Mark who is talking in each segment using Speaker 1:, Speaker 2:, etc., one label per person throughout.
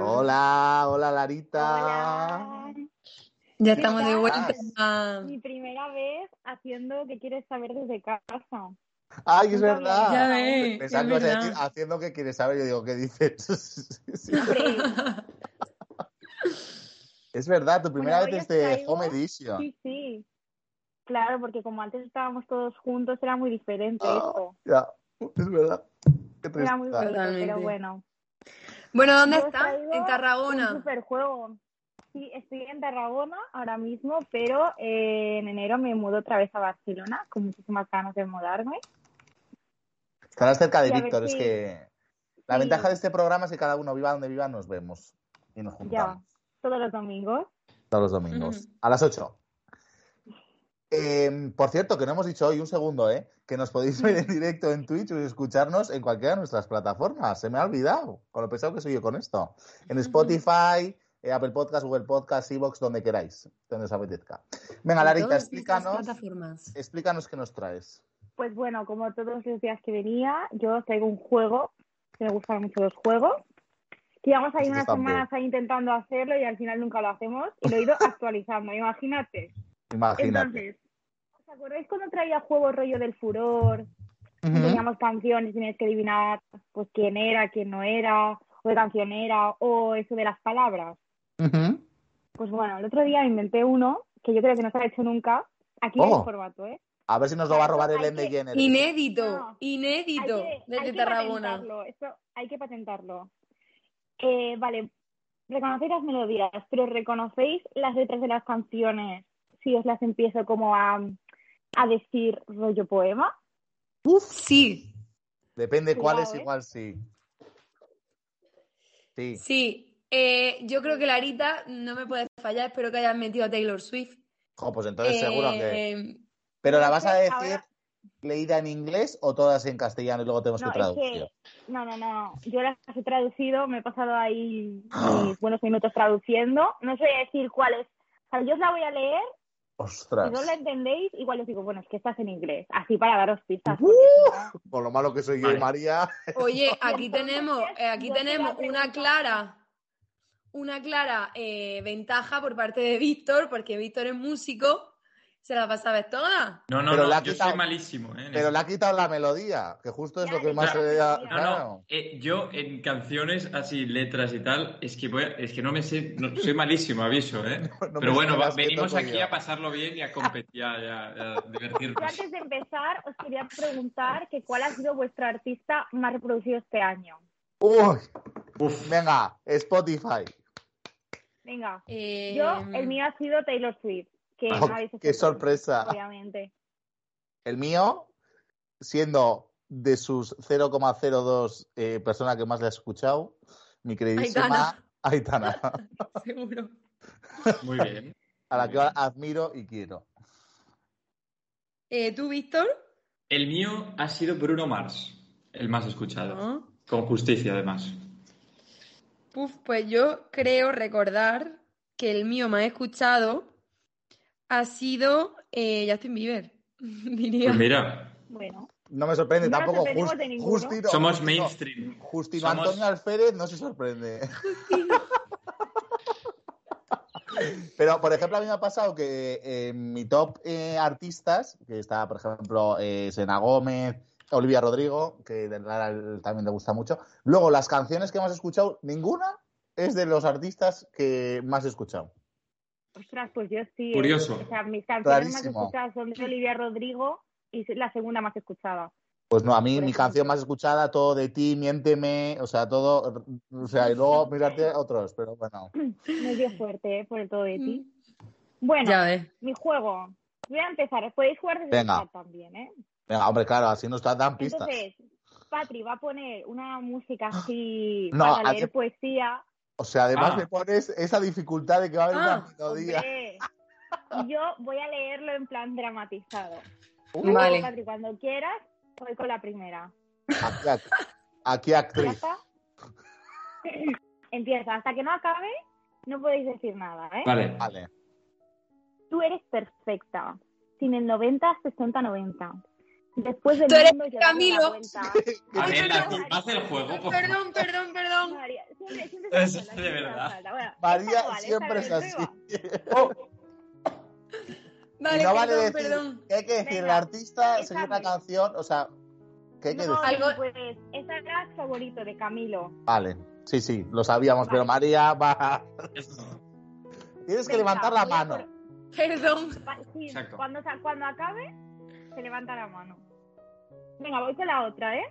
Speaker 1: Hola, hola Larita.
Speaker 2: Hola.
Speaker 3: Ya
Speaker 2: Sí,
Speaker 3: estamos de
Speaker 2: ya.
Speaker 3: vuelta. Ah,
Speaker 2: Mi primera vez haciendo que quieres saber desde casa.
Speaker 1: Ay, es
Speaker 2: Nunca
Speaker 1: verdad.
Speaker 3: Ya ves,
Speaker 1: Pensaba
Speaker 3: es
Speaker 1: que ibas a
Speaker 3: verdad.
Speaker 1: decir, haciendo que quieres saber, yo digo, ¿qué dices? Sí. es verdad, tu primera
Speaker 2: Bueno, hoy
Speaker 1: vez
Speaker 2: os
Speaker 1: desde
Speaker 2: traigo-
Speaker 1: Home Edition.
Speaker 2: Sí, sí. Claro, porque como antes estábamos todos juntos era muy diferente
Speaker 1: Ah,
Speaker 2: esto.
Speaker 1: Ya, es verdad. Qué
Speaker 2: Era
Speaker 1: tristeza.
Speaker 2: muy bonito, pero
Speaker 3: pues Totalmente.
Speaker 2: bueno.
Speaker 3: Bueno, ¿dónde
Speaker 2: Yo os
Speaker 3: está?
Speaker 2: traigo
Speaker 3: En
Speaker 2: Un
Speaker 3: Tarragona.
Speaker 2: superjuego. Sí, estoy en Tarragona ahora mismo, pero eh, en enero me mudo otra vez a Barcelona, con muchísimas ganas de mudarme.
Speaker 1: Estarás cerca de
Speaker 2: Y a ver
Speaker 1: Víctor, es
Speaker 2: si-
Speaker 1: que la
Speaker 2: Sí.
Speaker 1: ventaja de este programa es que cada uno viva donde viva, nos vemos y nos juntamos
Speaker 2: Todos los domingos.
Speaker 1: todos los domingos
Speaker 3: Ujú.
Speaker 1: a las 8. Eh, por cierto, que no hemos dicho hoy un segundo, ¿eh? que nos podéis ver en directo en Twitch y escucharnos en cualquiera de nuestras plataformas. Se me ha olvidado, con lo pesado que soy yo con esto. En Spotify, eh, Apple Podcast, Google Podcast, Evox, donde queráis, donde os apetezca. Venga, Larita,
Speaker 3: Todas estas
Speaker 1: explícanos,
Speaker 3: plataformas.
Speaker 1: explícanos qué nos traes.
Speaker 2: Pues bueno, como todos los días que venía, yo os traigo un juego, que me gustan mucho los juegos. Llevamos ahí
Speaker 1: Eso
Speaker 2: unas
Speaker 1: está bien.
Speaker 2: semanas ahí intentando hacerlo y al final nunca lo hacemos y lo he ido actualizando, imagínate.
Speaker 1: Imagínate.
Speaker 2: Entonces, ¿os acordáis cuando traía juegos rollo del furor? Y Teníamos canciones, tenías que adivinar pues quién era, quién no era, o de cancionera, o eso de las palabras.
Speaker 1: Ujú, ujú.
Speaker 2: Pues bueno, el otro día inventé uno que yo creo que no se ha hecho nunca. Aquí en
Speaker 1: Oh.
Speaker 2: el formato, ¿eh?
Speaker 1: A ver si nos lo va a robar el
Speaker 2: Hay
Speaker 1: M.
Speaker 2: que-
Speaker 1: Jenner.
Speaker 3: Inédito,
Speaker 2: No. Hay
Speaker 3: inédito
Speaker 2: que- hay
Speaker 3: desde
Speaker 2: que
Speaker 3: Tarragona.
Speaker 2: patentarlo, esto hay que patentarlo. Eh, vale, reconocéis las melodías, pero reconocéis las letras de las canciones si os las empiezo como a, a decir rollo poema.
Speaker 3: Sí,
Speaker 1: Depende cuál
Speaker 2: Cuidado,
Speaker 1: es,
Speaker 2: ¿eh?
Speaker 1: igual sí. Sí.
Speaker 3: sí. Eh, yo creo que Larita no me puede fallar. Espero que hayas metido a Taylor Swift.
Speaker 1: Jo, pues entonces
Speaker 3: Eh,
Speaker 1: seguro que. Pero
Speaker 2: no
Speaker 1: la vas a
Speaker 2: sé,
Speaker 1: decir
Speaker 2: ahora-
Speaker 1: leída en inglés o todas en castellano y luego tenemos
Speaker 2: No,
Speaker 1: que
Speaker 2: es
Speaker 1: traducir.
Speaker 2: que- no, no, no, yo las he traducido, me he pasado ahí
Speaker 1: Ah.
Speaker 2: mis buenos minutos traduciendo, no sé decir cuáles. O sea, yo os la voy a leer, si
Speaker 1: Ostras.
Speaker 2: no la entendéis, igual os digo, bueno, es que estás en inglés, así para daros pistas. porque si no-
Speaker 1: ¡Uh! Por lo malo que soy yo y
Speaker 4: Vale.
Speaker 1: María.
Speaker 3: Oye, aquí
Speaker 2: entonces,
Speaker 3: tenemos, eh, aquí
Speaker 2: yo te la
Speaker 3: tenemos una
Speaker 2: pregunto.
Speaker 3: clara, una clara eh, ventaja por parte de Víctor, porque Víctor es músico, se la pasabas toda.
Speaker 4: No, no,
Speaker 1: Pero
Speaker 4: no,
Speaker 1: la ha
Speaker 4: yo
Speaker 1: quitado.
Speaker 4: soy malísimo. ¿eh? en
Speaker 1: Pero
Speaker 4: eso.
Speaker 1: le ha quitado la melodía, que justo es
Speaker 2: Ya,
Speaker 1: lo que
Speaker 2: le
Speaker 1: más se
Speaker 2: quitado
Speaker 1: le
Speaker 2: la
Speaker 1: da.
Speaker 2: melodía.
Speaker 4: No, no,
Speaker 1: Claro.
Speaker 4: eh, yo en canciones así, letras y tal, es que, voy a- es que no me sé, no- soy malísimo, aviso, ¿eh?
Speaker 1: no me
Speaker 4: Pero bueno, va-
Speaker 1: escribas que
Speaker 4: venimos
Speaker 1: toco
Speaker 4: aquí
Speaker 1: yo.
Speaker 4: a pasarlo bien y a competir, a, a- a
Speaker 2: Yo
Speaker 4: divertirnos.
Speaker 2: antes de empezar os quería preguntar que cuál ha sido vuestro artista más reproducido este año.
Speaker 1: Uy,
Speaker 4: Uf,
Speaker 1: venga, Spotify.
Speaker 2: Venga,
Speaker 3: Eh,
Speaker 2: yo el mío ha sido Taylor Swift, que no
Speaker 1: Oh,
Speaker 2: habéis
Speaker 1: ¡Qué
Speaker 2: escuchado,
Speaker 1: sorpresa!
Speaker 2: obviamente.
Speaker 1: El mío, siendo de sus 0,02 eh, persona que más le ha escuchado, mi queridísima Aitana,
Speaker 3: Seguro.
Speaker 4: muy bien.
Speaker 1: a la que ahora admiro y quiero.
Speaker 3: Eh, ¿Tú, Víctor?
Speaker 4: El mío ha sido Bruno Mars, el más escuchado.
Speaker 3: No.
Speaker 4: Con justicia, además.
Speaker 3: Puf, pues yo creo recordar que el mío más escuchado ha sido eh, Justin Bieber, diría.
Speaker 4: Pues mira,
Speaker 2: Bueno,
Speaker 1: No me sorprende
Speaker 2: No nos
Speaker 1: tampoco.
Speaker 2: sorprendemos
Speaker 1: Jus-
Speaker 2: de ninguno.
Speaker 1: Justino,
Speaker 4: somos
Speaker 1: Justino-
Speaker 4: mainstream.
Speaker 1: Justino
Speaker 4: Somos-
Speaker 1: Antonio Alférez no se sorprende. Pero, por ejemplo, a mí me ha pasado que eh, en mi top eh, artistas, que está, por ejemplo, eh, Sena Gómez, Olivia Rodrigo, que de Lara el- también le gusta mucho. Luego, las canciones que hemos escuchado, ninguna es de los artistas que más he escuchado.
Speaker 2: ostras, pues yo sí. eh.
Speaker 4: Curioso.
Speaker 2: O sea, mis canciones
Speaker 1: Clarísimo.
Speaker 2: más escuchadas son de Olivia Rodrigo y es la segunda más escuchada.
Speaker 1: Pues no, a mí
Speaker 2: Por
Speaker 1: mi
Speaker 2: ejemplo.
Speaker 1: canción más escuchada, todo de ti, miénteme, o sea, todo, o sea, y luego mirarte otros, pero bueno.
Speaker 2: Me dio fuerte eh, por el todo de ti. Bueno,
Speaker 3: Mm. Ya ves.
Speaker 2: mi juego. Voy a empezar. Podéis jugar desde el
Speaker 1: Venga.
Speaker 2: chat también, ¿eh?
Speaker 1: Venga, hombre, claro, así nos dan pistas.
Speaker 2: Entonces, Patri va a poner una música así
Speaker 1: No,
Speaker 2: para
Speaker 1: hace-
Speaker 2: leer poesía.
Speaker 1: O sea, además
Speaker 4: Ah.
Speaker 1: me pones esa dificultad de que va a haber
Speaker 3: Ah,
Speaker 1: una melodía.
Speaker 2: Hombre, y yo voy a leerlo en plan dramatizado.
Speaker 1: Uh,
Speaker 3: Vale.
Speaker 2: Patri, cuando quieras, voy con la primera.
Speaker 1: Aquí, act- aquí
Speaker 2: ¿Ya
Speaker 1: actriz.
Speaker 2: está? empieza. Hasta que no acabe, no podéis decir nada, ¿eh?
Speaker 4: Vale.
Speaker 1: Vale.
Speaker 2: Tú eres perfecta. Sin el 90, 60, 90. Después del
Speaker 3: Tú eres
Speaker 2: mundo yo doy la
Speaker 3: Camilo.
Speaker 2: vuelta.
Speaker 1: ah,
Speaker 4: Mariela, tú, haz el juego, por favor.
Speaker 3: Perdón, perdón, perdón.
Speaker 2: María, siempre, siempre se me
Speaker 4: Eso es de
Speaker 2: salta, siempre se me
Speaker 4: verdad.
Speaker 2: salta. Bueno,
Speaker 1: María
Speaker 2: esta no vale,
Speaker 1: siempre
Speaker 2: esta no
Speaker 1: es
Speaker 2: prueba.
Speaker 3: Vale,
Speaker 1: no
Speaker 3: perdón,
Speaker 1: vale decir
Speaker 3: perdón.
Speaker 1: ¿Qué hay que decir? El
Speaker 2: Venga,
Speaker 1: artista, seguir
Speaker 2: déjame.
Speaker 1: una canción, o sea, ¿qué hay que
Speaker 2: No,
Speaker 1: decir?
Speaker 3: Algo-
Speaker 2: pues esa era el favorito de Camilo.
Speaker 1: Vale, sí, sí, lo sabíamos, pero María va.
Speaker 4: Eso.
Speaker 1: Tienes que
Speaker 2: Venga,
Speaker 1: levantar la
Speaker 2: voy a
Speaker 1: mano.
Speaker 2: por-
Speaker 3: Perdón.
Speaker 2: pa- sí,
Speaker 4: Exacto.
Speaker 2: cuando, sa- cuando acabe, se levanta la mano. Venga, voy con la otra, ¿eh?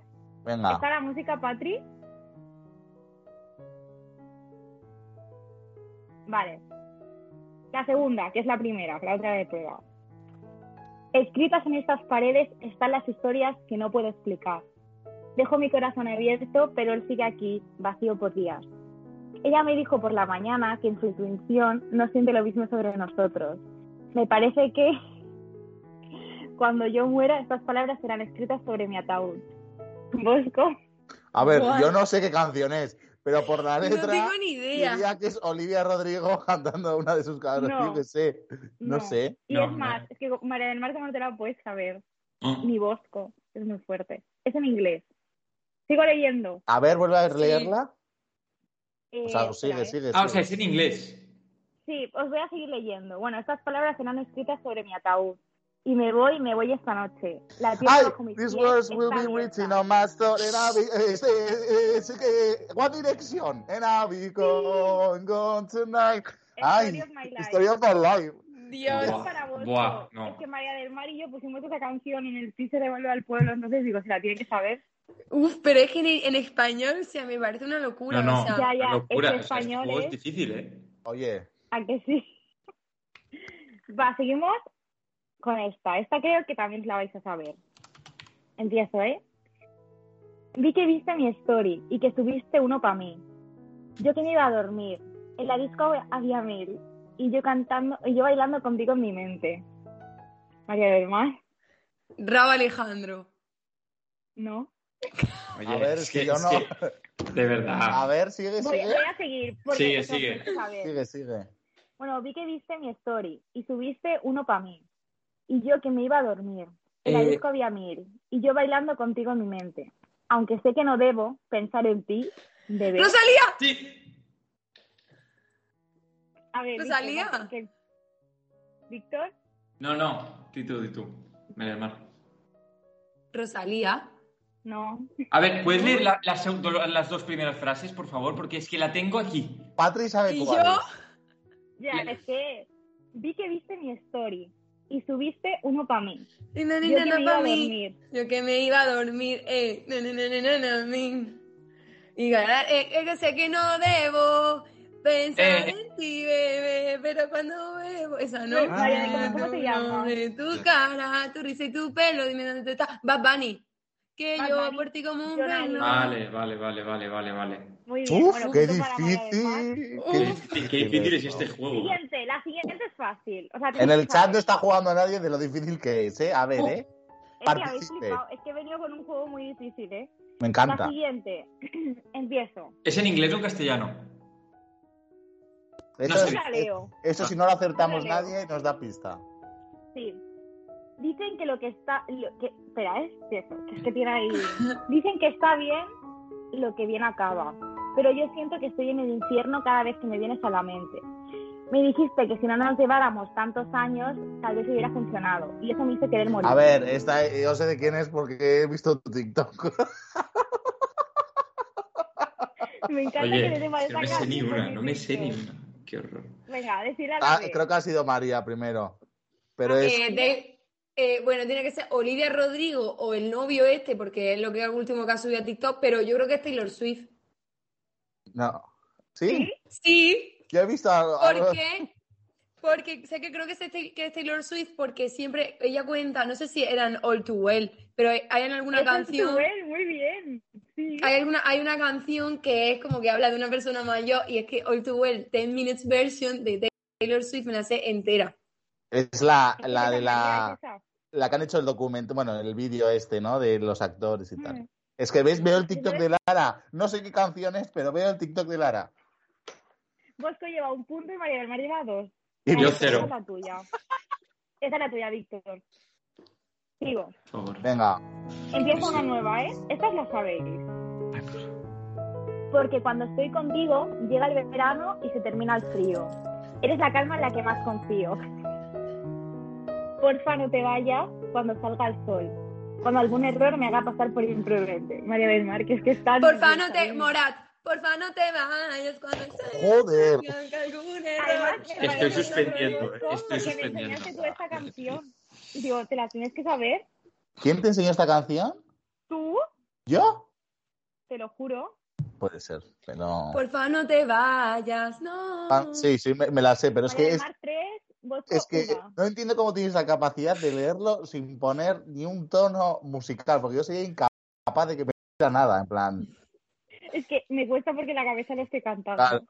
Speaker 1: Venga.
Speaker 2: Está la música, Patri. Vale. La segunda, que es la primera, la otra de prueba. Escritas en estas paredes están las historias que no puedo explicar. Dejo mi corazón abierto, pero él sigue aquí, vacío por días. Ella me dijo por la mañana que en su intuición no siente lo mismo sobre nosotros. Me parece que cuando yo muera estas palabras serán escritas sobre mi ataúd. Bosco.
Speaker 1: A ver,
Speaker 3: Buah.
Speaker 1: yo no sé qué canción es, pero por la
Speaker 3: No
Speaker 1: letra
Speaker 3: tengo ni idea.
Speaker 1: diría que es Olivia Rodrigo cantando una de sus canciones.
Speaker 2: No.
Speaker 1: yo qué sé, no, sé.
Speaker 2: Y
Speaker 4: No,
Speaker 2: es
Speaker 4: no.
Speaker 2: más, es que María del Mar no te la puedes saber.
Speaker 4: Oh,
Speaker 2: Ni Bosco. Es muy fuerte. Es en inglés. Sigo leyendo.
Speaker 1: A ver, vuelve a
Speaker 3: Sí.
Speaker 1: leerla.
Speaker 2: Eh,
Speaker 1: O sea,
Speaker 2: espera,
Speaker 1: sigue,
Speaker 2: ¿eh?
Speaker 1: sigue.
Speaker 4: Ah, o
Speaker 1: sigue.
Speaker 4: sea, es en inglés.
Speaker 2: Sí, os voy a seguir leyendo. Bueno, estas palabras serán escritas sobre mi ataúd. Y me voy, me voy esta noche. La tierra
Speaker 1: Ay,
Speaker 2: bajo mis
Speaker 1: these
Speaker 2: pies
Speaker 1: words will
Speaker 2: está
Speaker 1: be
Speaker 2: abierta.
Speaker 1: written on my stone and I'll be, eh, este, eh, eh, sí que- One Direction and I'll be gone, gone tonight. Ay,
Speaker 2: Story of my life.
Speaker 1: Historia of my life.
Speaker 3: Dios.
Speaker 2: Es
Speaker 4: Buah,
Speaker 2: para Bosco.
Speaker 4: buah, no.
Speaker 2: Es que María del Mar y yo pusimos esa canción en el piso de Vuelve al Pueblo, entonces digo, se la tiene que saber.
Speaker 3: Uf, pero es que en, en español, o sea, me parece una locura.
Speaker 4: No, no,
Speaker 3: o sea,
Speaker 2: Ya, ya,
Speaker 4: una locura.
Speaker 2: es que
Speaker 4: o sea, este
Speaker 2: español
Speaker 4: juego
Speaker 2: es-
Speaker 4: es difícil, ¿eh?
Speaker 1: Oye,
Speaker 2: ¿A que sí? Va, seguimos con esta. Esta creo que también la vais a saber. Empiezo, ¿eh? Vi que viste mi story y que subiste uno para mí. Yo que me iba a dormir. En la disco había mil. Y yo cantando, y yo bailando contigo en mi mente. María del Mar,
Speaker 3: Rabo Alejandro.
Speaker 2: ¿no?
Speaker 4: Oye,
Speaker 1: a ver,
Speaker 4: es
Speaker 1: si
Speaker 4: que,
Speaker 1: yo
Speaker 4: es
Speaker 1: no.
Speaker 4: que- de
Speaker 1: A
Speaker 4: verdad.
Speaker 1: ver, sigue,
Speaker 2: Voy,
Speaker 1: sigue.
Speaker 2: voy a seguir. Porque
Speaker 4: Sigue,
Speaker 2: os la
Speaker 4: sigue.
Speaker 2: tenéis que saber.
Speaker 1: Sigue, sigue.
Speaker 2: Bueno, vi que viste mi story y subiste uno para mí. Y yo que me iba a dormir. En la
Speaker 4: Eh.
Speaker 2: disco había mil. Y yo bailando contigo en mi mente. Aunque sé que no debo pensar en ti, bebé.
Speaker 3: ¡Rosalía!
Speaker 4: Sí.
Speaker 2: a ver, Víctor,
Speaker 3: Rosalía.
Speaker 2: no, que- Víctor,
Speaker 4: No, no. Di tú, di tú. María del Mar.
Speaker 3: Rosalía.
Speaker 2: no.
Speaker 4: A ver, ¿puedes leer la- la seg- las dos primeras frases, por favor? Porque es que la tengo aquí.
Speaker 1: Patri sabe
Speaker 3: Y
Speaker 1: cuál
Speaker 3: yo,
Speaker 1: es.
Speaker 2: Ya, es que vi que viste mi story y subiste uno para mí.
Speaker 3: y no,
Speaker 2: Yo
Speaker 3: ni,
Speaker 2: que me
Speaker 3: no, no,
Speaker 2: iba a
Speaker 3: pa' mí.
Speaker 2: dormir.
Speaker 3: Yo que me iba a dormir, eh. No, no, no, no, no, no, mi. Y ganar, eh, eh, que sé que no debo pensar
Speaker 4: Eh.
Speaker 3: en ti, bebé, pero cuando bebo. Esa no.
Speaker 2: Pues, María, ¿cómo- cómo
Speaker 3: no,
Speaker 2: te
Speaker 3: no,
Speaker 2: llamas?
Speaker 3: de tu cara, tu risa y tu pelo, dime dónde tú estás. Bad Bunny. Que
Speaker 2: Bad
Speaker 3: yo
Speaker 2: Bunny,
Speaker 3: por ti como un
Speaker 2: llorar.
Speaker 3: verano.
Speaker 4: Vale, vale, vale, vale, vale, vale.
Speaker 2: Muy bien.
Speaker 1: Uf,
Speaker 2: bueno,
Speaker 1: qué
Speaker 2: punto para María del Mar.
Speaker 1: difícil.
Speaker 3: Uf.
Speaker 1: qué
Speaker 4: Qué
Speaker 1: difícil
Speaker 4: difícil, qué difícil es
Speaker 1: esto.
Speaker 4: este juego.
Speaker 2: Siguiente, la siguiente es fácil. O sea,
Speaker 1: En el
Speaker 2: tenéis que saber.
Speaker 1: chat no está jugando nadie de lo difícil que es, ¿eh? A ver, ¿eh?
Speaker 2: Es que habéis
Speaker 1: participe.
Speaker 2: flipado. Es que he venido con un juego muy difícil, ¿eh?
Speaker 1: Me
Speaker 2: La
Speaker 1: encanta.
Speaker 2: siguiente. Empiezo.
Speaker 4: ¿Es en inglés o en castellano?
Speaker 1: Eso,
Speaker 4: no
Speaker 1: es-
Speaker 4: sé.
Speaker 2: La leo.
Speaker 1: eso si no lo acertamos
Speaker 2: No la leo.
Speaker 1: nadie, nos da pista.
Speaker 2: Sí. Dicen que lo que está. Lo que, espera, ¿eh? Empiezo, que Es que tiene ahí. Dicen que está bien lo que bien acaba. Pero yo siento que estoy en el infierno cada vez que me vienes a la mente. Me dijiste que si no nos lleváramos tantos años, tal vez hubiera funcionado. Y eso me hizo querer morir.
Speaker 1: A ver, eh, esta, yo sé de quién es porque he visto tu TikTok.
Speaker 2: Me encanta que le
Speaker 4: Oye,
Speaker 2: tema de
Speaker 4: que no me
Speaker 2: sacar
Speaker 4: sé ni una,
Speaker 2: cinco
Speaker 4: no me sé ni
Speaker 2: minutos.
Speaker 4: una. Qué horror.
Speaker 2: Venga, decir a la
Speaker 1: Ah,
Speaker 2: vez.
Speaker 1: creo que ha sido María primero. Pero
Speaker 2: Ah,
Speaker 1: es.
Speaker 3: Eh, de- eh, bueno, tiene que ser Olivia Rodrigo o el novio este, porque es lo que es el último que ha subido a TikTok, pero yo creo que es Taylor Swift.
Speaker 1: No. ¿Sí?
Speaker 2: ¿Sí?
Speaker 3: Sí,
Speaker 1: Yo he visto algo. algo-
Speaker 3: porque, porque sé que creo que es, este- que es Taylor Swift porque siempre ella cuenta, no sé si eran All Too Well, pero hay hay en alguna
Speaker 2: Es el
Speaker 3: canción,
Speaker 2: Teruel, muy bien. Sí.
Speaker 3: hay alguna, hay una canción que es como que habla de una persona mayor y es que All Too Well 10 Minutes Version de Taylor Swift me la sé entera.
Speaker 1: Es la,
Speaker 2: Es que
Speaker 1: la
Speaker 2: esa
Speaker 1: de
Speaker 2: María
Speaker 1: la,
Speaker 2: es esa.
Speaker 1: la que han hecho el documento, bueno, el vídeo este, ¿no? De los actores y tal.
Speaker 2: Mm.
Speaker 1: Es que veis, veo el TikTok de Lara. No sé qué canción es, pero veo el TikTok de Lara.
Speaker 2: Bosco lleva un punto y María del Mar lleva dos.
Speaker 1: Y
Speaker 4: Yo
Speaker 2: Vale,
Speaker 4: cero.
Speaker 2: Esa es la tuya. Esa es la tuya, Víctor. Sigo.
Speaker 4: Por favor.
Speaker 1: Venga.
Speaker 2: Empieza una nueva, ¿eh? Estas las sabéis. Porque cuando estoy contigo, llega el verano y se termina el frío. Eres la calma en la que más confío. Porfa, no te vayas cuando salga el sol. Cuando algún error me haga pasar por imprudente. María del Mar, que es ¿eh? que está...
Speaker 3: Porfa, no te. Morat, porfa, no te vayas cuando estés-
Speaker 1: Joder.
Speaker 3: Que algún
Speaker 2: Además,
Speaker 3: error-
Speaker 2: me parece
Speaker 4: suspendiendo,
Speaker 2: horroroso
Speaker 4: eh, estoy
Speaker 2: porque Me
Speaker 4: suspendiendo.
Speaker 2: enseñaste tú esta canción. Y Digo, ¿te la tienes que saber?
Speaker 1: ¿Quién te enseñó esta canción?
Speaker 2: ¿Tú?
Speaker 1: ¿Yo?
Speaker 2: Te lo juro.
Speaker 1: Puede ser, pero.
Speaker 2: Pues,
Speaker 3: Porfa, no te vayas, no.
Speaker 1: Ah, sí, sí, me, me la sé, pero es que
Speaker 2: María del
Speaker 1: es,
Speaker 2: Mar 3, Bosco
Speaker 1: es que
Speaker 2: una.
Speaker 1: no entiendo cómo tienes la capacidad de leerlo sin poner ni un tono musical, porque yo sería incapaz de que me diera nada, en plan.
Speaker 2: Es que me cuesta porque la cabeza lo estoy cantando.
Speaker 1: claro.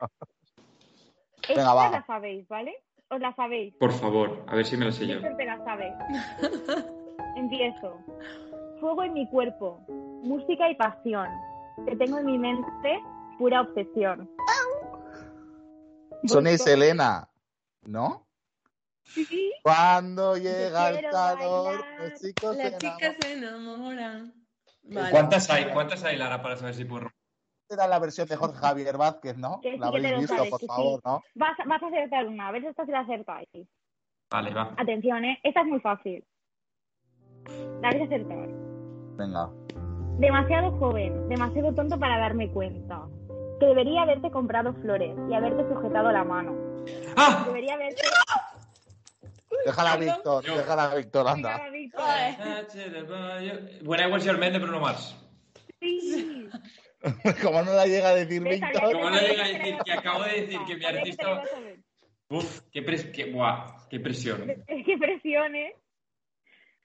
Speaker 2: Esta
Speaker 1: va.
Speaker 2: la sabéis, ¿vale? Os la sabéis.
Speaker 4: Por favor, a ver si me lo sé yo.
Speaker 2: Víctor te la sabe. Empiezo. Fuego en mi cuerpo, música y pasión. Te tengo en mi mente pura obsesión.
Speaker 1: Son y Selena, ¿no?
Speaker 2: Sí,
Speaker 1: Cuando llega el
Speaker 2: quiero
Speaker 1: calor,
Speaker 2: bailar.
Speaker 1: los chicos se
Speaker 3: Las chicas
Speaker 1: enamoran.
Speaker 3: se enamoran. Vale.
Speaker 4: ¿Cuántas hay? ¿Cuántas hay, Lara, para saber si puedo romper?
Speaker 1: Era la versión de Jorge Javier Vázquez, ¿no?
Speaker 2: Que sí,
Speaker 1: La
Speaker 2: que te
Speaker 1: habéis
Speaker 2: lo
Speaker 1: visto,
Speaker 2: sabes,
Speaker 1: por
Speaker 2: que sí.
Speaker 1: favor, ¿no?
Speaker 2: vas, a- vas a acertar una. A ver esta si la acertáis.
Speaker 4: Vale, va.
Speaker 2: Atención, ¿eh? Esta es muy fácil. La vais a acertar.
Speaker 1: Venga.
Speaker 2: Demasiado joven, demasiado tonto para darme cuenta. Que debería haberte comprado flores y haberte sujetado la mano.
Speaker 4: ¡Ah!
Speaker 2: Debería haberte...
Speaker 1: Déjala a
Speaker 3: perdón.
Speaker 1: Víctor,
Speaker 4: Yo.
Speaker 1: déjala a Víctor, anda.
Speaker 2: Venga, Víctor.
Speaker 3: Vale.
Speaker 4: When I was your man de Bruno Mars.
Speaker 2: Sí.
Speaker 1: Como no la llega a decir
Speaker 2: Ves, sabía
Speaker 1: Víctor.
Speaker 4: Como
Speaker 2: sabía
Speaker 4: no
Speaker 2: te
Speaker 4: llega a
Speaker 2: la
Speaker 4: decir
Speaker 2: ibas
Speaker 4: que acabo de decir que mi
Speaker 2: Sabía te la
Speaker 4: artista-
Speaker 2: ibas a ver.
Speaker 4: Uf, qué, pres qué, buah, qué presión.
Speaker 2: Qué presión, ¿eh?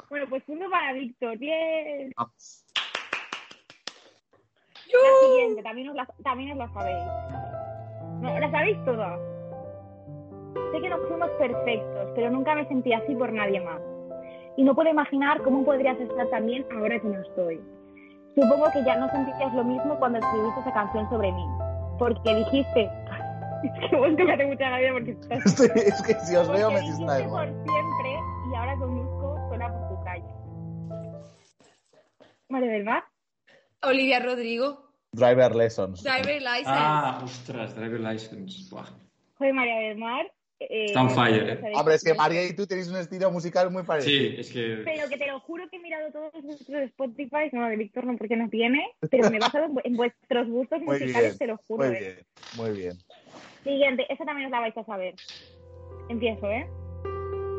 Speaker 2: Bueno, pues uno para Víctor. Bien.
Speaker 1: Vamos.
Speaker 2: La siguiente, también os la, también os la sabéis. No, la sabéis todas. Sé que no fuimos perfectos, pero nunca me sentí así por nadie más. Y no puedo imaginar cómo podrías estar también ahora que no estoy. Supongo que ya no sentías lo mismo cuando escribiste esa canción sobre mí. Porque dijiste... es que vos te hace mucha rabia porque estás...
Speaker 1: Estoy- es que si os
Speaker 2: Porque
Speaker 1: veo me
Speaker 2: dijiste
Speaker 1: distraigo.
Speaker 2: por siempre y ahora conduzco sola por tu calle. María del Mar,
Speaker 3: Olivia Rodrigo,
Speaker 1: Driver Lessons.
Speaker 3: Driver License.
Speaker 4: Ah, ostras, driver license. Buah.
Speaker 2: joder, María del Mar. eh,
Speaker 4: Está on fire, eh.
Speaker 1: Hombre, es que María y tú tenéis un estilo musical muy parecido.
Speaker 4: Sí, es que.
Speaker 2: Pero que te lo juro que he mirado todos vuestros Spotify, no, de Víctor no, porque no tiene, pero me he basado en vu- en vuestros gustos
Speaker 1: Muy
Speaker 2: musicales,
Speaker 1: bien,
Speaker 2: te lo juro.
Speaker 1: Muy
Speaker 2: eh.
Speaker 1: bien, muy bien.
Speaker 2: Siguiente, esa también os la vais a saber. Empiezo, ¿eh?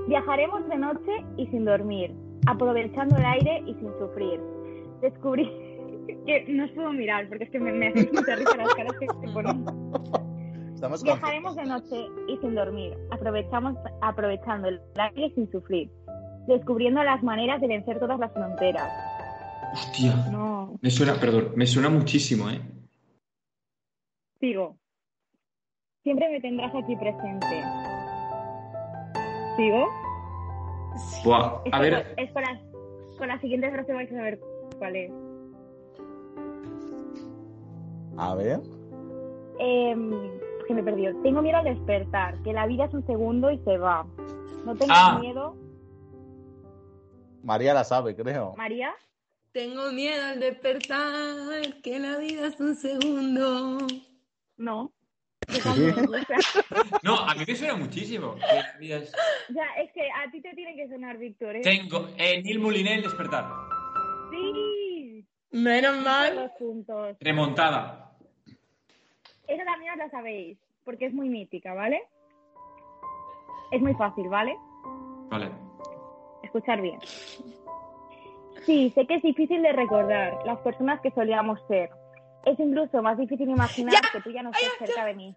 Speaker 2: Viajaremos de noche y sin dormir, aprovechando el aire y sin sufrir. Descubrí que no os puedo mirar porque es que me, me hacéis mucha risa las caras que se ponen.
Speaker 1: Estamos
Speaker 2: Viajaremos de noche y sin dormir, aprovechamos, aprovechando el aire sin sufrir, descubriendo las maneras de vencer todas las fronteras.
Speaker 4: Hostia.
Speaker 2: No,
Speaker 4: Me suena, perdón, me suena muchísimo, ¿eh?
Speaker 2: sigo. Siempre me tendrás aquí presente. ¿Sigo?
Speaker 4: Buah.
Speaker 2: Es
Speaker 4: A
Speaker 2: que
Speaker 4: ver,
Speaker 2: con- es con, las, con la siguiente frase vais a saber cuál es.
Speaker 1: A ver.
Speaker 2: Em, que me perdió. Tengo miedo al despertar, que la vida es un segundo y se va. No tengo
Speaker 4: Ah.
Speaker 2: miedo,
Speaker 1: María la sabe, creo.
Speaker 2: María.
Speaker 3: Tengo miedo al despertar, que la vida es un segundo.
Speaker 2: No.
Speaker 1: Sí.
Speaker 2: O sea,
Speaker 4: no, a mí me suena muchísimo. Que la vida es-
Speaker 2: ya, es que a ti te tiene que sonar, Víctor. ¿eh?
Speaker 4: Tengo. Eh, Neil Mouliné el despertar.
Speaker 2: Sí.
Speaker 3: Menos mal.
Speaker 2: Los puntos.
Speaker 4: Remontada.
Speaker 2: Esa también os la sabéis, porque es muy mítica, ¿vale? Es muy fácil, ¿vale?
Speaker 4: Vale.
Speaker 2: Escuchar bien. Sí, sé que es difícil de recordar las personas que solíamos ser. Es incluso más difícil imaginar
Speaker 3: Ya.
Speaker 2: que tú ya no estás
Speaker 3: Ay, ya.
Speaker 2: cerca de mí.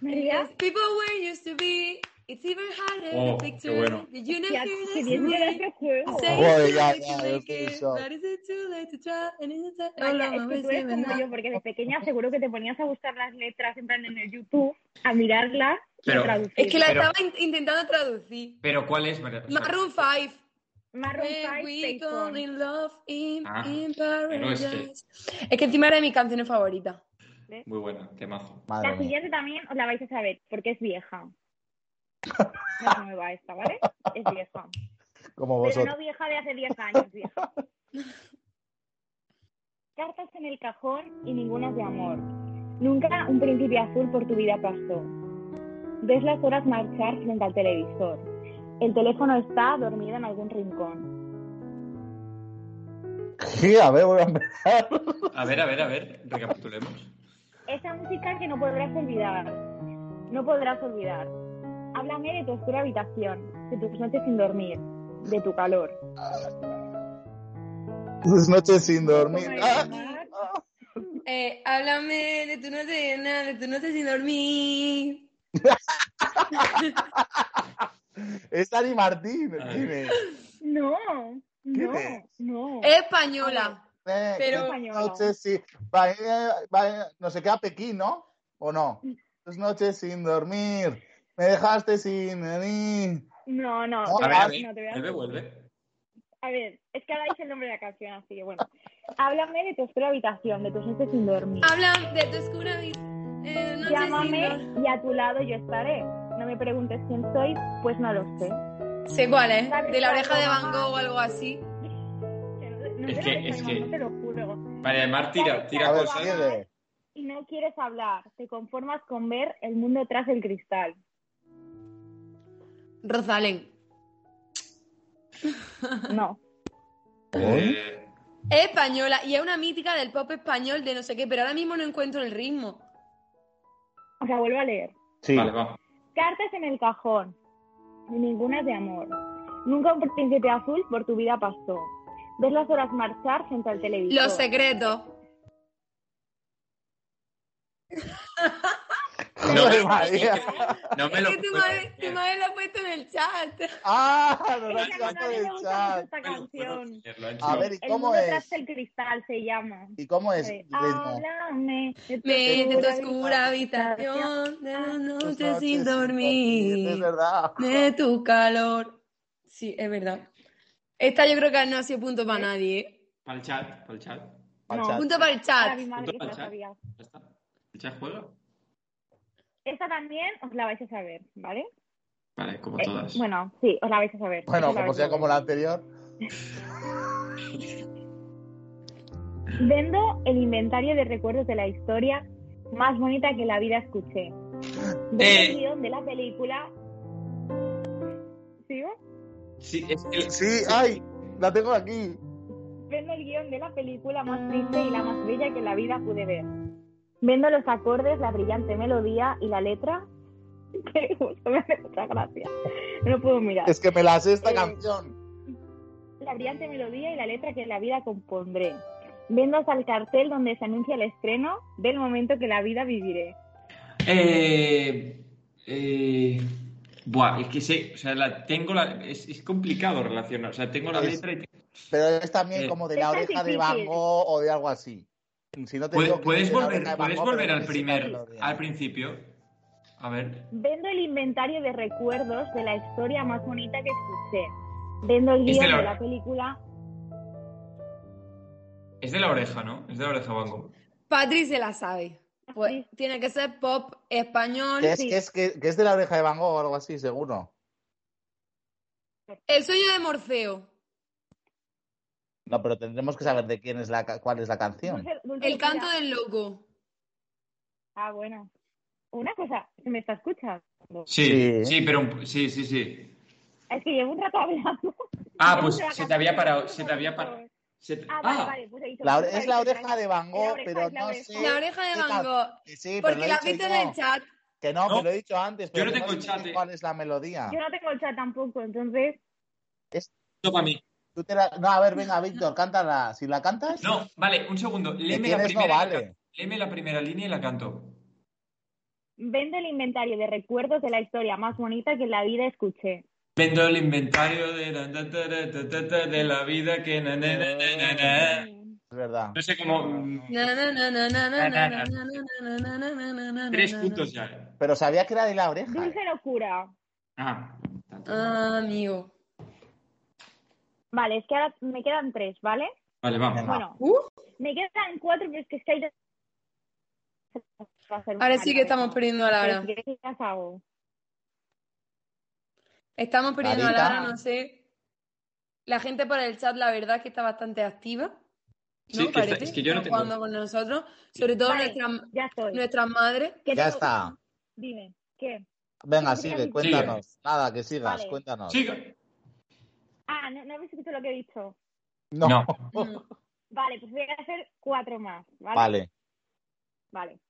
Speaker 2: María,
Speaker 3: Yes, people where you used to be, it's even harder
Speaker 4: Oh,
Speaker 3: to
Speaker 4: qué
Speaker 3: picture.
Speaker 4: bueno.
Speaker 3: Did you
Speaker 2: ya,
Speaker 3: never
Speaker 2: qué bien te da este juego.
Speaker 1: Joder,
Speaker 3: Say
Speaker 1: ya,
Speaker 3: it's
Speaker 1: ya,
Speaker 3: too late to
Speaker 1: yo
Speaker 3: make
Speaker 1: estoy en
Speaker 3: it,
Speaker 1: shock.
Speaker 3: but is it too late to try? And is it- Oh,
Speaker 2: Vaya,
Speaker 3: no,
Speaker 2: es
Speaker 3: me
Speaker 2: que tú
Speaker 3: voy a
Speaker 2: eres como
Speaker 3: decir,
Speaker 2: yo, porque de pequeña seguro que te ponías a buscar las letras en plan en el YouTube, a mirarlas y a
Speaker 4: Pero-
Speaker 2: traducir.
Speaker 3: Es que la
Speaker 4: Pero-
Speaker 3: estaba in- intentando traducir.
Speaker 4: Pero ¿cuál es? María? O sea,
Speaker 3: Maroon 5.
Speaker 2: Maroon
Speaker 3: When
Speaker 2: five,
Speaker 3: we
Speaker 2: Take
Speaker 3: fall
Speaker 2: One.
Speaker 3: in love in-
Speaker 4: Ah,
Speaker 3: in
Speaker 4: pero es que-
Speaker 3: paradise. Es que encima era mi canción favorita.
Speaker 2: ¿eh?
Speaker 4: Muy buena, temazo.
Speaker 1: Madre
Speaker 2: La
Speaker 1: mía.
Speaker 2: siguiente también os la vais a saber, porque es vieja. No es nueva esta, ¿vale? Es vieja.
Speaker 1: Como
Speaker 2: Pero
Speaker 1: vosotros.
Speaker 2: no vieja de hace 10 años, vieja. Cartas en el cajón y ninguna es de amor. Nunca un príncipe azul por tu vida pasó. Ves las horas marchar frente al televisor. El teléfono está dormido en algún rincón.
Speaker 1: Sí, a ver, voy a empezar.
Speaker 4: A ver, a ver, a ver, recapitulemos.
Speaker 2: Esa música que no podrás olvidar. No podrás olvidar. Háblame de tu oscura habitación, de tus noches sin dormir, de tu calor.
Speaker 1: Sus noches sin dormir.
Speaker 2: Como el
Speaker 1: ¡Ah!
Speaker 2: mar.
Speaker 3: Eh, háblame de tu noche, na, de tu noche sin dormir.
Speaker 1: Es Dani Martín.
Speaker 4: Ay.
Speaker 1: ¿Quién es?
Speaker 2: No, no,
Speaker 1: es?
Speaker 2: no.
Speaker 3: Española.
Speaker 1: Eh,
Speaker 3: Pero-
Speaker 1: sus noches sin- va, eh, va, eh, no se queda Pekín, ¿no? ¿O no? Sus noches sin dormir. Me dejaste sin venir.
Speaker 2: No, no,
Speaker 1: No,
Speaker 2: te
Speaker 4: A
Speaker 2: voy
Speaker 4: ver,
Speaker 2: a-
Speaker 4: a ver,
Speaker 2: no, te voy a-
Speaker 4: vuelve, vuelve.
Speaker 2: a ver, es que ahora dice el nombre de la canción, así que bueno. Háblame de tu oscura habitación, de tus noches sin dormir.
Speaker 3: Háblame de tu oscura vis- eh, noche sin dormir.
Speaker 2: Llámame y a tu lado yo estaré. No me preguntes quién soy, pues no lo sé.
Speaker 3: Sé cuál es,
Speaker 2: ¿Sabes
Speaker 3: de la
Speaker 2: cuál
Speaker 3: oreja de
Speaker 2: es?
Speaker 3: Van Gogh o algo así.
Speaker 2: No
Speaker 4: Es
Speaker 2: sé
Speaker 4: que-
Speaker 2: lo
Speaker 4: es
Speaker 2: soy,
Speaker 4: que-
Speaker 2: no te lo juro.
Speaker 4: Vale, Mar, tira,
Speaker 1: A
Speaker 4: tira
Speaker 1: ver,
Speaker 4: cosas.
Speaker 1: sigue.
Speaker 2: Y no quieres hablar, te conformas con ver el mundo tras el cristal.
Speaker 3: Rosalén.
Speaker 2: No.
Speaker 4: Eh,
Speaker 3: Es española y es una mítica del pop español de no sé qué, pero ahora mismo no encuentro el ritmo.
Speaker 2: O sea, vuelvo a leer.
Speaker 1: Sí.
Speaker 4: Vale, vamos.
Speaker 2: Cartas en el cajón. Ni Ninguna es de amor. Nunca un príncipe azul por tu vida pasó. Ves las horas marchar frente al televisor.
Speaker 3: Los secretos.
Speaker 4: No,
Speaker 1: Joder,
Speaker 4: no,
Speaker 1: María.
Speaker 4: No me
Speaker 3: es
Speaker 4: lo
Speaker 3: que tu
Speaker 4: puedo
Speaker 3: madre, tu
Speaker 4: creer.
Speaker 3: madre lo ha puesto en el chat.
Speaker 1: Ah, nos
Speaker 2: Es
Speaker 1: la
Speaker 2: que
Speaker 1: tirado por
Speaker 2: a mí me
Speaker 1: el
Speaker 2: gusta mucho
Speaker 1: chat.
Speaker 2: esta
Speaker 4: Bueno, puedo
Speaker 2: canción.
Speaker 4: leerlo,
Speaker 1: A
Speaker 4: sí.
Speaker 1: ver, ¿y
Speaker 2: El
Speaker 1: cómo
Speaker 2: mundo
Speaker 1: es?
Speaker 2: tras el cristal se llama.
Speaker 1: ¿Y cómo es? el
Speaker 2: Eh,
Speaker 1: ritmo?
Speaker 2: Háblame de tu
Speaker 3: Me de tu
Speaker 2: oscura
Speaker 3: oscura
Speaker 2: habitación.
Speaker 3: habitación, de la
Speaker 1: Sus
Speaker 3: noche
Speaker 1: noches
Speaker 3: sin
Speaker 1: Es
Speaker 3: dormir,
Speaker 1: verdad.
Speaker 3: de tu calor. Sí, es verdad. Esta yo creo que no ha sido punto para nadie. ¿eh?
Speaker 4: Para el chat, para el chat.
Speaker 1: Al
Speaker 2: No.
Speaker 1: chat.
Speaker 3: Punto para el
Speaker 2: Para
Speaker 3: chat.
Speaker 2: mi madre que se lo
Speaker 4: Chat.
Speaker 2: sabía.
Speaker 4: Ya está. ¿El chat juega?
Speaker 2: Esta también os la vais a saber, ¿vale?
Speaker 4: Vale, como
Speaker 2: Eh,
Speaker 4: todas.
Speaker 2: bueno, sí, os la vais a saber.
Speaker 1: Bueno,
Speaker 2: Os la
Speaker 1: como
Speaker 2: vais
Speaker 1: sea
Speaker 2: a saber.
Speaker 1: como la anterior.
Speaker 2: Vendo el inventario de recuerdos de la historia más bonita que la vida escuché. Vendo
Speaker 4: Eh.
Speaker 2: el guión de la película. ¿Sigo?
Speaker 4: Sí, es que-
Speaker 1: Sí, ay, la tengo aquí.
Speaker 2: Vendo el guión de la película más triste y la más bella que la vida pude ver. Vendo los acordes, la brillante melodía y la letra. Que justo me hace mucha gracia. No puedo mirar.
Speaker 1: Es que me la sé esta
Speaker 2: Eh,
Speaker 1: canción.
Speaker 2: La brillante melodía y la letra que la vida compondré. Vendo hasta el cartel donde se anuncia el estreno del momento que la vida viviré.
Speaker 4: Eh, eh, buah, es que sé, o sea, la, tengo la, es, es complicado relacionar, o sea, tengo la
Speaker 1: Es-
Speaker 4: letra y te-
Speaker 1: Pero es también
Speaker 4: Eh.
Speaker 1: como de la
Speaker 2: Es tan
Speaker 1: oreja de
Speaker 2: difícil.
Speaker 1: Van Gogh o de algo así. Si no te
Speaker 4: ¿Puedes,
Speaker 1: digo que
Speaker 4: Pues puedes
Speaker 1: es de la
Speaker 4: volver,
Speaker 1: oreja de Van
Speaker 4: puedes
Speaker 1: Gogh,
Speaker 4: volver
Speaker 1: pero
Speaker 4: al
Speaker 1: no sé si
Speaker 4: primer,
Speaker 1: la melodía.
Speaker 4: al principio. A ver.
Speaker 2: Vendo el inventario de recuerdos de la historia más bonita que escuché. Vendo el
Speaker 4: Es de
Speaker 2: guión
Speaker 4: la-
Speaker 2: de la película.
Speaker 4: Es de la oreja, ¿no? Es de la oreja Van Gogh.
Speaker 3: Patri se la sabe. Pues tiene que ser pop español.
Speaker 1: Que es,
Speaker 2: sí.
Speaker 1: que, es, que, que es de la oreja de Van Gogh o algo así, seguro.
Speaker 3: El sueño de Morfeo.
Speaker 1: No, pero tendremos que saber de quién es la ca- cuál es la canción.
Speaker 2: Dulce- Dulce
Speaker 3: El
Speaker 2: Lupita.
Speaker 3: canto del loco.
Speaker 2: Ah, bueno. Una cosa, ¿se me está escuchando?
Speaker 4: Sí,
Speaker 1: Sí.
Speaker 4: sí, pero un- sí, sí, sí.
Speaker 2: Es que llevo un rato hablando.
Speaker 4: Ah,
Speaker 2: Yo
Speaker 4: pues
Speaker 2: puse la
Speaker 4: se te
Speaker 2: canción,
Speaker 4: había parado,
Speaker 2: no sé
Speaker 4: se te
Speaker 2: por
Speaker 4: había
Speaker 2: qué.
Speaker 4: parado. se te-
Speaker 2: Ah, vale,
Speaker 4: Ah,
Speaker 2: vale, pues he dicho,
Speaker 1: La
Speaker 2: pues,
Speaker 1: ore- es
Speaker 2: vale,
Speaker 1: la
Speaker 2: pues,
Speaker 1: oreja de Van Gogh,
Speaker 2: la oreja,
Speaker 1: pero
Speaker 2: es la
Speaker 1: no
Speaker 2: oreja.
Speaker 1: sé.
Speaker 3: La oreja de
Speaker 1: qué
Speaker 3: Van
Speaker 1: can-
Speaker 3: Gogh.
Speaker 1: que sí, pero
Speaker 3: Porque
Speaker 1: lo he
Speaker 3: la has
Speaker 1: dicho
Speaker 3: visto en
Speaker 1: yo.
Speaker 3: el chat.
Speaker 1: Que no,
Speaker 4: No.
Speaker 1: me lo he dicho antes. Pero
Speaker 4: no
Speaker 1: que
Speaker 4: tengo el
Speaker 1: sé
Speaker 4: chat, eh.
Speaker 1: ¿Cuál es la melodía?
Speaker 2: Yo no tengo el chat tampoco, entonces.
Speaker 4: no para mí.
Speaker 1: Tú te la- No, a ver, venga, Víctor, cántala. Si la cantas,
Speaker 4: No, vale, un segundo.
Speaker 1: que
Speaker 4: Léeme la
Speaker 1: tienes no
Speaker 4: primera,
Speaker 1: vale.
Speaker 4: léeme la primera línea y la canto.
Speaker 2: Vendo el inventario de recuerdos de la historia más bonita que en la vida escuché.
Speaker 4: Vendo el inventario de la, ta, ta, ra, ta, ta, ta, de la vida que... na, na, na, na, na, na.
Speaker 1: Es verdad.
Speaker 4: No sé mm, cómo...
Speaker 3: Na, na, na, na, na, na, na, na, na, na, na, na, na, na, na,
Speaker 4: Tres
Speaker 3: na,
Speaker 4: puntos
Speaker 3: na.
Speaker 4: ya. eh.
Speaker 1: Pero sabía que era de la oreja. ¿eh?
Speaker 2: Dulce locura.
Speaker 4: Ah, tanto.
Speaker 3: Ah, amigo.
Speaker 2: Vale, es que ahora me quedan tres, ¿vale?
Speaker 1: Ah.
Speaker 4: Vale, vamos.
Speaker 3: Uh,
Speaker 1: Venga.
Speaker 2: Bueno, me quedan cuatro, pero es que es que hay se va a hacer
Speaker 3: Ahora sí
Speaker 2: mal,
Speaker 3: que estamos perdiendo a Lara.
Speaker 2: ¿eh? Pero sí que las hago.
Speaker 3: Estamos perdiendo a
Speaker 1: Clarita.
Speaker 3: Lara, no sé. La gente por el chat, la verdad, es que está bastante activa. ¿no?
Speaker 4: Sí, que
Speaker 3: Parece.
Speaker 4: está- es que yo no
Speaker 3: Está
Speaker 4: tengo-
Speaker 3: jugando con nosotros. Sobre todo
Speaker 2: Vale.
Speaker 3: nuestras
Speaker 2: Ya estoy.
Speaker 3: nuestras madres.
Speaker 2: ¿Qué
Speaker 1: Ya
Speaker 2: tengo-
Speaker 1: está.
Speaker 2: Dime, ¿qué?
Speaker 1: Venga,
Speaker 2: Sí,
Speaker 1: sigue,
Speaker 2: sí.
Speaker 1: cuéntanos. Nada, que sigas,
Speaker 2: Vale.
Speaker 1: cuéntanos.
Speaker 4: Sigue.
Speaker 2: Ah, no, no habéis escuchado lo que he dicho.
Speaker 1: No.
Speaker 4: No.
Speaker 1: Oh.
Speaker 3: Mm.
Speaker 2: Vale, pues voy a hacer cuatro más, ¿vale?
Speaker 1: Vale.
Speaker 2: Vale.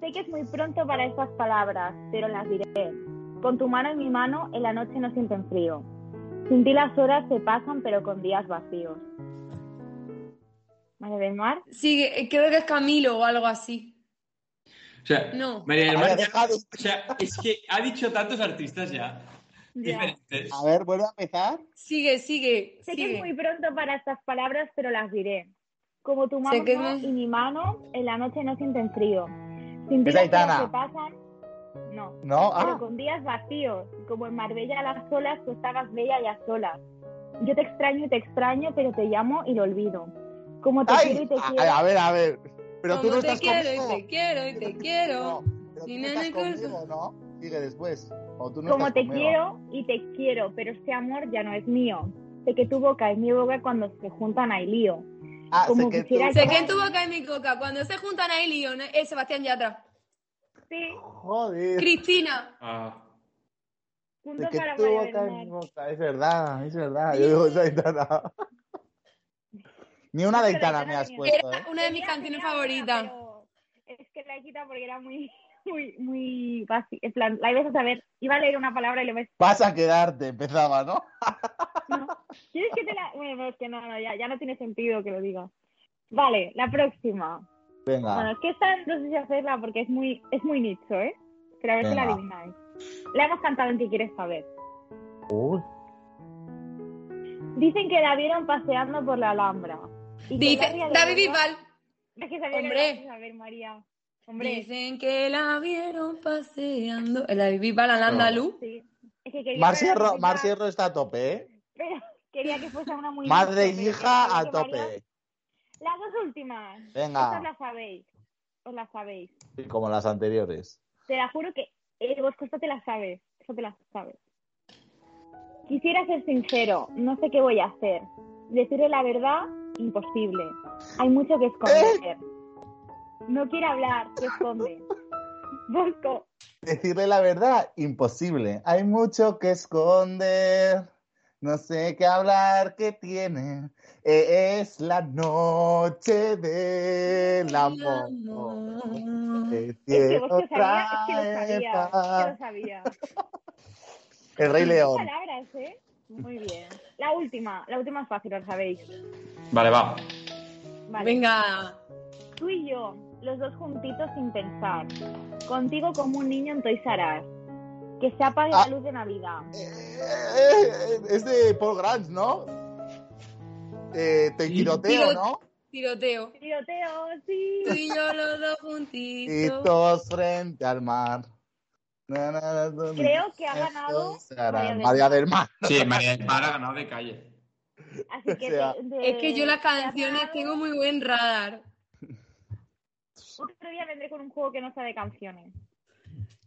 Speaker 2: Sé que es muy pronto para estas palabras, pero las diré. Con tu mano en mi mano, en la noche no sienten frío. Sin ti las horas se pasan, pero con días vacíos. Vale, del mar.
Speaker 3: Sigue, eh, creo que es Camilo o algo así.
Speaker 4: O sea,
Speaker 3: No.
Speaker 4: María del
Speaker 1: A
Speaker 4: Mar
Speaker 1: ver,
Speaker 4: ya-
Speaker 1: deja de-
Speaker 4: o sea, es que ha dicho tantos artistas ya.
Speaker 2: Ya.
Speaker 4: Diferentes.
Speaker 1: A ver, vuelve a empezar.
Speaker 3: Sigue, sigue.
Speaker 2: Sé que
Speaker 3: sigue.
Speaker 2: es muy pronto para estas palabras, pero las diré. Como tu mano
Speaker 3: que es muy-
Speaker 2: y mi mano, en la noche no sienten frío. Sin ti
Speaker 1: Es
Speaker 2: las horas
Speaker 1: Aitana.
Speaker 2: se pasan. No.
Speaker 1: No,
Speaker 2: pero
Speaker 1: ah,
Speaker 2: con días vacíos. Como en Marbella a las olas, tú estabas bella y a solas. Yo te extraño y te extraño, pero te llamo y lo olvido. Como te
Speaker 1: ay,
Speaker 2: quiero y te
Speaker 1: a-
Speaker 2: quiero.
Speaker 1: a, ver, a ver. Pero tú
Speaker 3: Como
Speaker 1: no
Speaker 3: te
Speaker 1: estás
Speaker 3: quiero y
Speaker 1: conmigo.
Speaker 3: te quiero y te
Speaker 1: No,
Speaker 3: quiero.
Speaker 1: pero tú
Speaker 3: Ni
Speaker 1: no
Speaker 3: nada
Speaker 1: estás
Speaker 3: ni cosa.
Speaker 1: conmigo, ¿no? Sigue después. O tú no
Speaker 2: Como
Speaker 1: estás
Speaker 2: te
Speaker 1: conmigo.
Speaker 2: quiero y te quiero, pero este amor ya no es mío. Sé que tu boca y mi boca cuando se juntan hay lío.
Speaker 1: Ah,
Speaker 2: como
Speaker 1: sé que tú-
Speaker 2: quisiera
Speaker 3: Sé que en tu boca y mi coca, cuando se juntan ahí lío, ¿no? Eh, Sebastián Yatra.
Speaker 2: Sí,
Speaker 1: Joder.
Speaker 3: Cristina.
Speaker 4: Ah,
Speaker 2: punto
Speaker 1: Sé que
Speaker 2: para
Speaker 1: tu
Speaker 2: María
Speaker 1: boca es
Speaker 2: Bernal.
Speaker 1: boca. Es verdad, es verdad. Yo digo, es Aitana. Ni una de Aitana me has puesto, ¿eh?
Speaker 3: Una de mis
Speaker 2: Tenía-
Speaker 3: canciones
Speaker 2: tenía
Speaker 3: favoritas.
Speaker 2: una, pero Es que la he quitado porque era muy, muy, muy básica. En plan, la ibas a saber. Iba a leer una palabra y le ves.
Speaker 1: Vas a quedarte, empezaba, ¿no?
Speaker 2: ¿Quieres que te la.? Bueno, no, es que no, no, ya, ya no tiene sentido que lo diga. Vale, la próxima. Bueno,
Speaker 1: Venga.
Speaker 2: es que esta no sé si hacerla porque es muy, es muy nicho, ¿eh? Pero a ver si la
Speaker 1: Venga.
Speaker 2: adivináis. La hemos cantado en que quieres saber.
Speaker 1: Uy.
Speaker 2: Dicen que la vieron paseando por la Alhambra. Y que
Speaker 3: Dice,
Speaker 2: Larry
Speaker 3: David
Speaker 2: averiguó-
Speaker 3: Bisbal.
Speaker 2: Es que sabía que
Speaker 3: Hombre.
Speaker 2: lo ibas a saber, María. Hombre.
Speaker 3: Dicen que la vieron paseando. El David Bisbal al andaluz.
Speaker 2: Sí. Es que quería
Speaker 1: Mar
Speaker 2: ver la
Speaker 1: Sierro,
Speaker 2: música,
Speaker 1: Mar Sierro está a tope, ¿eh?
Speaker 2: pero quería que fuese una muy
Speaker 1: Madre
Speaker 2: dulce,
Speaker 1: y
Speaker 2: pero
Speaker 1: hija
Speaker 2: creo
Speaker 1: a
Speaker 2: que María-
Speaker 1: tope.
Speaker 2: Las dos últimas. Estas
Speaker 1: Venga,
Speaker 2: las sabéis. Os las sabéis.
Speaker 1: como las anteriores.
Speaker 2: Te la juro que el Bosco esta te la sabes. Eso te la sabes. Quisiera ser sincero. No sé qué voy a hacer. Decirle la verdad, imposible. Hay mucho que esconder. No quiere hablar, se esconde. Bosco,
Speaker 1: Decirle la verdad, imposible. Hay mucho que esconder. No sé qué hablar que tiene. Eh, Es la noche del amor. El
Speaker 2: es que
Speaker 1: cielo
Speaker 2: Bosco sabía, es que lo
Speaker 1: trae
Speaker 2: sabía, es que
Speaker 1: paz.
Speaker 2: lo sabía.
Speaker 1: El Rey León.
Speaker 2: palabras, ¿eh? Muy bien. La última, la última es fácil, lo sabéis.
Speaker 4: vale, va.
Speaker 2: Vale.
Speaker 3: Venga.
Speaker 2: Tú y yo, los dos juntitos sin pensar. Contigo como un niño en Toys R Us. Que se apague
Speaker 1: Ah.
Speaker 2: la luz de Navidad.
Speaker 1: Eh, eh, es de Paul Grant, ¿no? Eh, te
Speaker 4: Sí.
Speaker 1: tiroteo, ¿no?
Speaker 3: Tiroteo.
Speaker 2: Tiroteo, sí.
Speaker 3: Tú y yo los dos
Speaker 1: Y
Speaker 3: juntitos.
Speaker 1: todos frente al mar. Na, na, na, na,
Speaker 2: Creo que ha ganado
Speaker 1: Esto será
Speaker 2: María del
Speaker 1: María del Mar.
Speaker 4: Sí, María del Mar ha ganado de calle.
Speaker 2: Así que
Speaker 1: O sea,
Speaker 2: te- te-
Speaker 3: Es que yo las
Speaker 2: te has
Speaker 3: canciones
Speaker 2: ganado.
Speaker 3: tengo muy buen radar.
Speaker 2: Otro día vendré con un juego que no sea de canciones.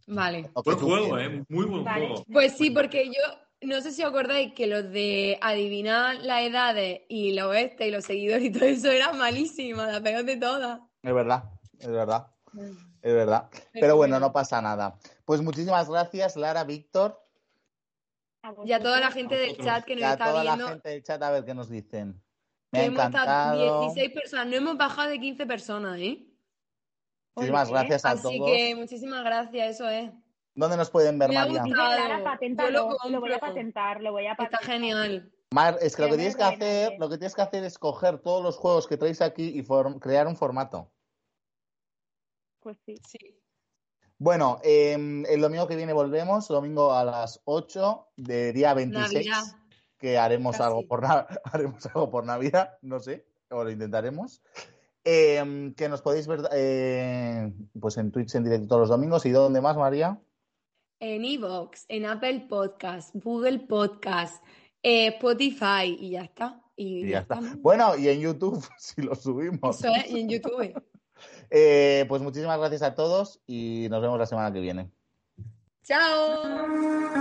Speaker 3: Vale.
Speaker 1: Lo que
Speaker 4: Buen
Speaker 1: tú
Speaker 4: juego,
Speaker 1: quieras.
Speaker 4: ¿eh? Muy buen
Speaker 2: Vale.
Speaker 4: juego.
Speaker 3: Pues sí, porque yo no sé si os acordáis que los de adivinar las edades y los este y los seguidores y todo eso era malísima, la peor de todas.
Speaker 1: Es verdad, es verdad,
Speaker 2: Mm.
Speaker 1: es verdad. Pero bueno, no pasa nada. Pues muchísimas gracias, Lara, Víctor.
Speaker 2: pues,
Speaker 3: Y a toda la gente del
Speaker 4: Nosotros.
Speaker 3: chat que
Speaker 1: Y
Speaker 3: nos
Speaker 1: a
Speaker 3: está
Speaker 1: toda la
Speaker 3: viendo,
Speaker 1: gente del chat a ver qué nos dicen. Me ha
Speaker 3: que hemos estado
Speaker 1: encantado.
Speaker 3: 16 personas, no hemos bajado de 15 personas, ¿eh?
Speaker 1: Muchísimas
Speaker 2: Oye,
Speaker 1: gracias a
Speaker 3: Así
Speaker 1: todos.
Speaker 3: que muchísimas gracias, eso es.
Speaker 1: ¿Dónde nos pueden ver,
Speaker 3: Me ha
Speaker 1: María?
Speaker 3: gustado.
Speaker 2: Dice
Speaker 3: Claro,
Speaker 2: Lara,
Speaker 3: yo lo
Speaker 2: paténtalo. Lo voy a
Speaker 3: compro.
Speaker 2: patentar, lo voy a
Speaker 3: Está
Speaker 2: patentar.
Speaker 3: genial.
Speaker 1: Mar, es que lo que
Speaker 2: Pero
Speaker 1: tienes que
Speaker 2: menos de
Speaker 1: hacer,
Speaker 2: nadie.
Speaker 1: lo que tienes que hacer es coger todos los juegos que traéis aquí y form- crear un formato.
Speaker 2: Pues sí.
Speaker 3: Sí.
Speaker 1: Bueno, eh, el domingo que viene volvemos, domingo a las 8 de día 26,
Speaker 3: Navidad.
Speaker 1: que haremos
Speaker 3: casi.
Speaker 1: algo, por na- haremos algo por Navidad, no sé, o lo intentaremos. Eh, que nos podéis ver eh, pues en Twitch en directo todos los domingos. ¿Y dónde más, María?
Speaker 3: En Evox, en Apple Podcast, Google Podcast, eh, Spotify y ya está. Y,
Speaker 1: Y ya está.
Speaker 3: ¿no?
Speaker 1: Bueno, y en YouTube, si lo subimos.
Speaker 3: Eso es, y en YouTube.
Speaker 1: Eh, pues muchísimas gracias a todos y nos vemos la semana que viene.
Speaker 3: ¡Chao!